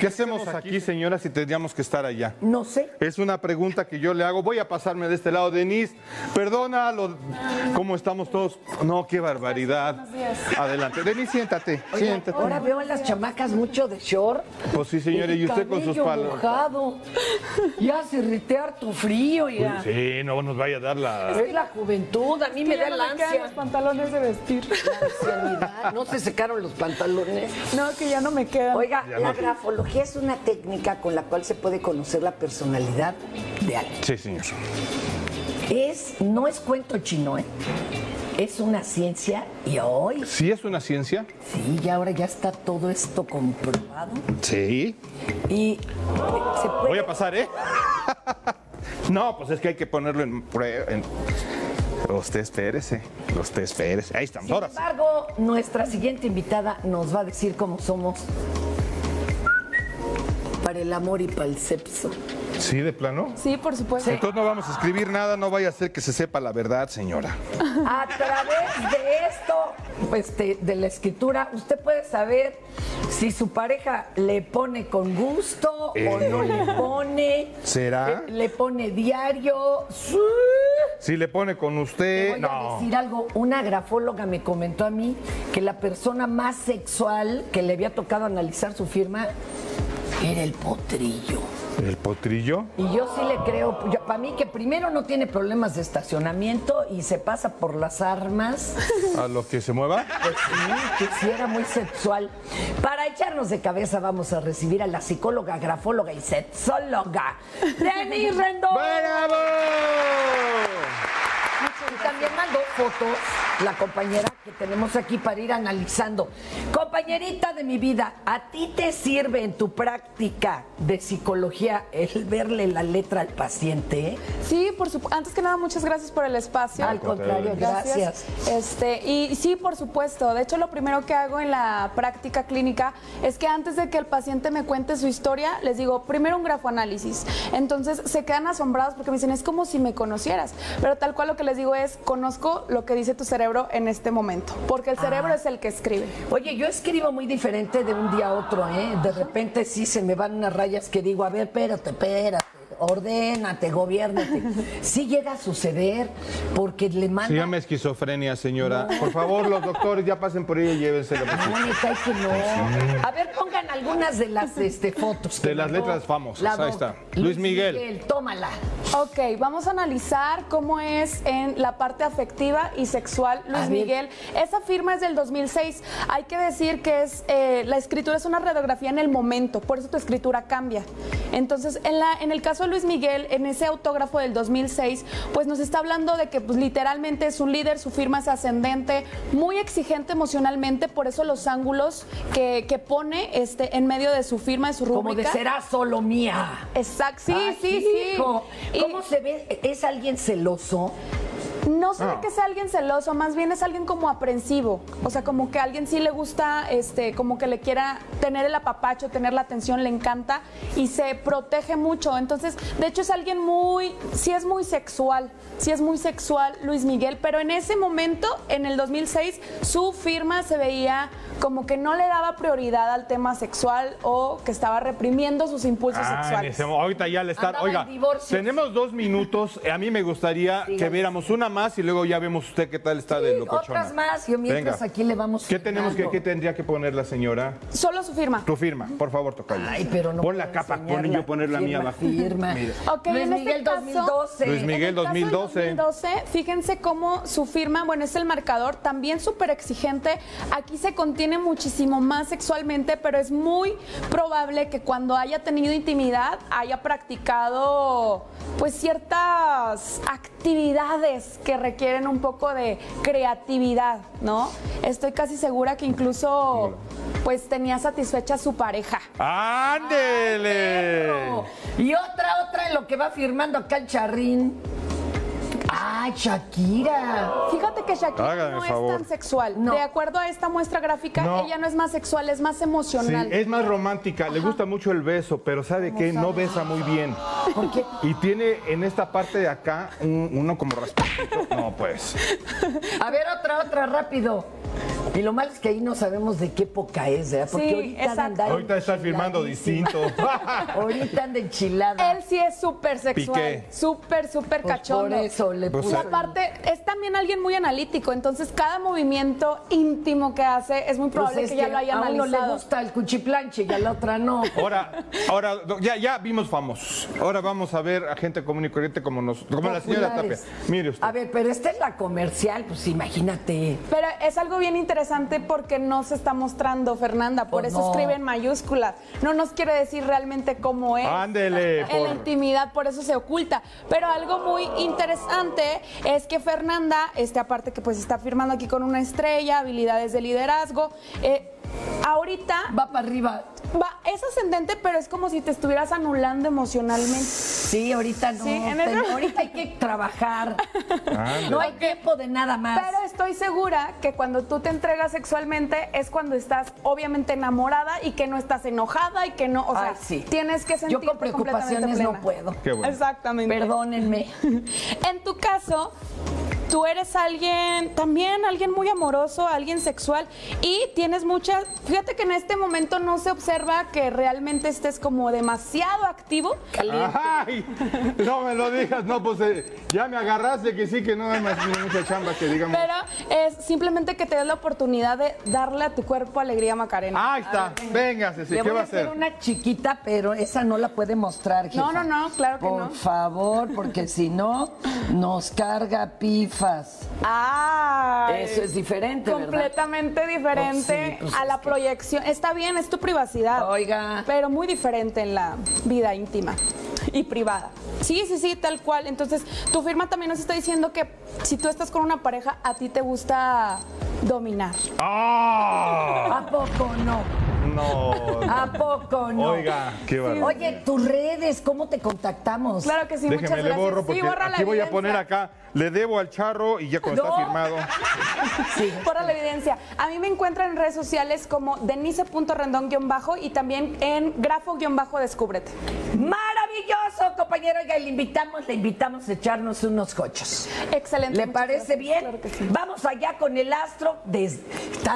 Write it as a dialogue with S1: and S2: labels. S1: ¿Qué hacemos aquí, señora, si tendríamos que estar allá?
S2: No sé.
S1: Es una pregunta que yo le hago. Voy a pasarme de este lado, Denise. Perdona lo- cómo estamos todos. No, qué barbaridad. Adelante. Denise, siéntate. Siéntate.
S2: Ahora veo a las chamacas mucho de short.
S1: Pues sí, señora, y usted con sus
S2: cabello
S1: palabras.
S2: mojado. Ya se irritea tu frío, ya.
S1: Sí, no nos vaya a dar la.
S2: Es la juventud, a mí me da
S3: ya no
S2: la
S3: me quedan los
S2: ansia.
S3: pantalones de vestir.
S2: La ancianidad. No se secaron los pantalones.
S3: No, que ya no me quedan.
S4: Oiga, la grafología es una técnica con la cual se puede conocer la personalidad de alguien.
S1: Sí, señor.
S4: Es, no es cuento chino, ¿eh? Es una ciencia y hoy,
S1: ¿Sí es una ciencia?
S4: sí, ya ahora ya está todo esto comprobado.
S1: Sí.
S4: Y se puede.
S1: Voy a pasar, ¿eh? No, pues es que hay que ponerlo en prueba. en- Usted espérese. Usted espérese. Ahí estamos.
S4: Sin
S1: Ahora sí.
S4: embargo, nuestra siguiente invitada nos va a decir cómo somos
S2: Para el amor y para el sexo.
S1: Sí, de plano.
S3: Sí, por supuesto.
S1: Entonces no vamos a escribir nada, no vaya a ser que se sepa la verdad, señora.
S4: A través de esto, pues, de, de la escritura, usted puede saber si su pareja le pone con gusto o
S1: Eh. Ah.
S4: no le pone.
S1: ¿Será?
S4: Le, le pone diario. Sí.
S1: Si le pone con
S4: Te
S1: usted,
S4: voy a
S1: no.
S4: decir algo. Una grafóloga me comentó a mí que la persona más sexual que le había tocado analizar su firma era el potrillo.
S1: ¿El potrillo?
S4: Y yo sí le creo, para mí que primero no tiene problemas de estacionamiento y se pasa por las armas.
S1: A lo que se mueva.
S4: que sí era muy sexual. Para echarnos de cabeza vamos a recibir a la psicóloga, grafóloga y sexóloga, Denis Rendón.
S1: ¡Bravo!
S4: Y también mandó fotos la compañera que tenemos aquí para ir analizando. Compañerita de mi vida, ¿a ti te sirve en tu práctica de psicología el verle la letra al paciente?
S3: Sí, por supuesto. Antes que nada, muchas gracias por el espacio.
S4: Al contrario, gracias.
S3: Este, y sí, por supuesto. De hecho, lo primero que hago en la práctica clínica es que antes de que el paciente me cuente su historia, les digo, primero un grafoanálisis. Entonces se quedan asombrados porque me dicen, es como si me conocieras. Pero tal cual lo que les digo es, conozco lo que dice tu cerebro en este momento. Porque
S2: Ah.
S3: el cerebro es el que escribe.
S4: Oye, yo escribo muy diferente de un día a otro, ¿eh? De repente sí se me van unas rayas que digo, a ver, espérate, espérate, ordénate, gobiernate. Sí llega a suceder porque le
S1: Se
S4: mandan...
S1: llama esquizofrenia, señora. Por favor, los doctores ya pasen por ella y llévensela.
S4: No, neta, es que
S1: Pues
S4: no. A ver, pongan algunas de las este, fotos. que
S1: De las
S4: mandó
S1: letras famosas,
S4: la
S1: ahí
S4: doc.
S1: está. Luis Miguel.
S4: Tómala.
S3: Ok, vamos a analizar cómo es en la parte afectiva y sexual
S4: A
S3: Luis
S4: ver.
S3: Miguel. Esa firma es del 2006. Hay que decir que es eh, la escritura es una radiografía en el momento, por eso tu escritura cambia. Entonces, en, la, en el caso de Luis Miguel, en ese autógrafo del 2006, pues nos está hablando de que pues, literalmente es un líder, su firma es ascendente, muy exigente emocionalmente, por eso los ángulos que, que pone este, en medio de su firma, de su rúbrica.
S4: Como de será solo mía.
S3: Exacto, sí,
S4: Ay,
S3: sí,
S4: hijo.
S3: sí. Y-
S4: ¿Cómo se ve? ¿Es alguien celoso?
S3: No sé
S1: No.
S3: que sea alguien celoso, más bien es alguien como aprensivo. O sea, como que a alguien sí le gusta, este, como que le quiera tener el apapacho, tener la atención, le encanta y se protege mucho. Entonces, de hecho, es alguien muy, sí es muy sexual, sí es muy sexual Luis Miguel, pero en ese momento, en el 2006, su firma se veía como que no le daba prioridad al tema sexual o que estaba reprimiendo sus impulsos
S1: Ah, en
S3: sexuales.
S1: ese mo- ahorita ya le está.
S4: Andaba
S1: Oiga,
S4: en divorcio.
S1: tenemos dos minutos. eh, A mí me gustaría que viéramos una más y luego ya vemos usted qué tal está de locochona.
S4: Otras más. Yo mientras
S1: Venga.
S4: aquí le vamos.
S1: ¿Qué tenemos que,
S4: quitando.
S1: qué tendría que poner la señora?
S3: Solo su firma.
S1: Tu firma, por favor, tocayo.
S4: Ay, pero no.
S1: Pon la
S4: puedo
S1: capa,
S4: enseñarla.
S1: pon y yo poner la mía
S4: Firma,
S1: abajo.
S4: Firma.
S1: Mira.
S3: Ok,
S4: Luis
S3: en este
S4: Miguel
S3: caso-
S4: 2012.
S1: Luis Miguel
S3: En el caso del
S1: 2012.
S3: 2012, fíjense cómo su firma, bueno, es el marcador, también súper exigente. Aquí se contiene muchísimo más sexualmente, pero es muy probable que cuando haya tenido intimidad haya practicado pues ciertas actividades que requieren un poco de creatividad, ¿no? Estoy casi segura que incluso pues tenía satisfecha a su pareja.
S1: ¡Ándele!
S4: Y otra, otra en lo que va firmando acá el charrín. ¡Ah, Shakira!
S3: Fíjate que Shakira
S1: Hágame
S3: no es
S1: favor.
S3: tan sexual.
S4: No.
S3: De acuerdo a esta muestra gráfica,
S1: No.
S3: ella no es más sexual, es más
S1: Sí,
S3: emocional.
S4: eh.
S1: es más romántica, le gusta mucho el beso, pero ¿sabe qué? No besa muy bien. ¿Por qué? Y tiene en esta parte de acá un- uno como raspadito. No, pues.
S4: A ver, otra, otra, rápido. Y lo malo es que ahí no sabemos de qué época es, ¿verdad? Porque
S3: Sí,
S4: ahorita
S3: exacto.
S4: han de andar
S1: Ahorita está firmando
S4: enchiladísima.
S1: distinto.
S4: Ahorita anda enchilada.
S3: Él sí es súper sexual,
S1: Piqué.
S3: súper, súper
S4: Pues
S3: cachondo.
S4: Por eso le
S1: Pues
S3: Y
S4: puso.
S1: sí.
S3: aparte, es también alguien muy analítico, entonces cada movimiento íntimo que hace es muy
S4: Pues
S3: probable
S4: es
S3: que ya lo haya
S4: a uno
S3: analizado.
S4: le gusta el cuchiplanche y a la otra no.
S1: Ahora, ahora, do- ya, ya vimos famosos. Ahora vamos a ver a gente común y corriente como nos, como la señora Tapia.
S4: Populares.
S1: Mire usted.
S4: A ver, pero esta es la comercial, pues imagínate.
S3: Pero es algo bien interesante porque no se está mostrando, Fernanda, por
S4: Pues
S3: eso
S4: no.
S3: escribe en mayúsculas. No nos quiere decir realmente cómo es.
S1: Ándele,
S3: En
S1: por-
S3: la intimidad, por eso se oculta. Pero algo muy interesante es que Fernanda, este, aparte que pues está firmando aquí con una estrella, habilidades de liderazgo, eh, ahorita
S4: Va para arriba.
S3: va- es ascendente, pero es como si te estuvieras anulando emocionalmente.
S4: Sí, ahorita no.
S3: Sí, en el-
S4: Ten- Ahorita hay que trabajar.
S1: Ándale.
S4: No hay tiempo de nada más.
S3: Pero estoy segura que cuando tú te entregas sexualmente es cuando estás obviamente enamorada y que no estás enojada y que no, o sea,
S4: Ay, sí.
S3: tienes que sentirte
S4: Yo con preocupaciones
S3: completamente
S4: no
S3: plena.
S4: puedo.
S1: Qué bueno.
S3: Exactamente.
S4: Perdónenme.
S3: En tu caso, tú eres alguien, también alguien muy amoroso, alguien sexual y tienes muchas. Fíjate que en este momento no se observa que realmente estés como demasiado activo.
S1: Ay, no me lo digas, no, pues eh, ya me agarraste que sí, que no hay más mucha chamba que digamos.
S3: Pero es simplemente que te des la oportunidad de darle a tu cuerpo alegría, Macarena.
S1: Ahí está, venga, Ceci,
S4: Le
S1: ¿qué
S4: voy
S1: va
S4: a
S1: a hacer?
S4: hacer una chiquita, pero esa no la puede mostrar, jefa.
S3: No, no, no, claro que no.
S4: Por favor, porque si no, nos carga pifas.
S3: Ah,
S4: Eso es diferente, ¿verdad?
S3: completamente diferente
S4: Pues sí, pues
S3: a
S4: es
S3: la
S4: que-
S3: proyección. Está bien, es tu privacidad.
S4: Oiga.
S3: Pero muy diferente en la vida íntima y privada. Sí, sí, sí, tal cual. Entonces, tu firma también nos está diciendo que si tú estás con una pareja, a ti te gusta dominar.
S1: ¡Ah!
S4: ¿A poco no?
S1: No.
S4: ¿A poco no?
S1: Oiga, qué bárbaro.
S4: Oye, tus redes, ¿cómo te contactamos?
S3: Claro que sí,
S1: Déjeme,
S3: muchas
S1: le
S3: gracias.
S1: borro
S3: sí,
S1: porque
S3: borra la
S1: aquí voy a
S3: evidencia.
S1: poner acá, le debo al charro y ya cuando está
S4: No.
S1: firmado.
S4: Sí.
S3: Por la evidencia. A mí me encuentran en redes sociales como denise.rendón-bajo y también en grafo-descúbrete.
S4: Maravilloso, compañero. Oiga, y le invitamos, le invitamos a echarnos unos cochos.
S3: Excelente.
S4: ¿Le
S3: muchas
S4: parece
S3: gracias.
S4: bien?
S3: Claro que sí.
S4: Vamos allá con el astro. Desde, está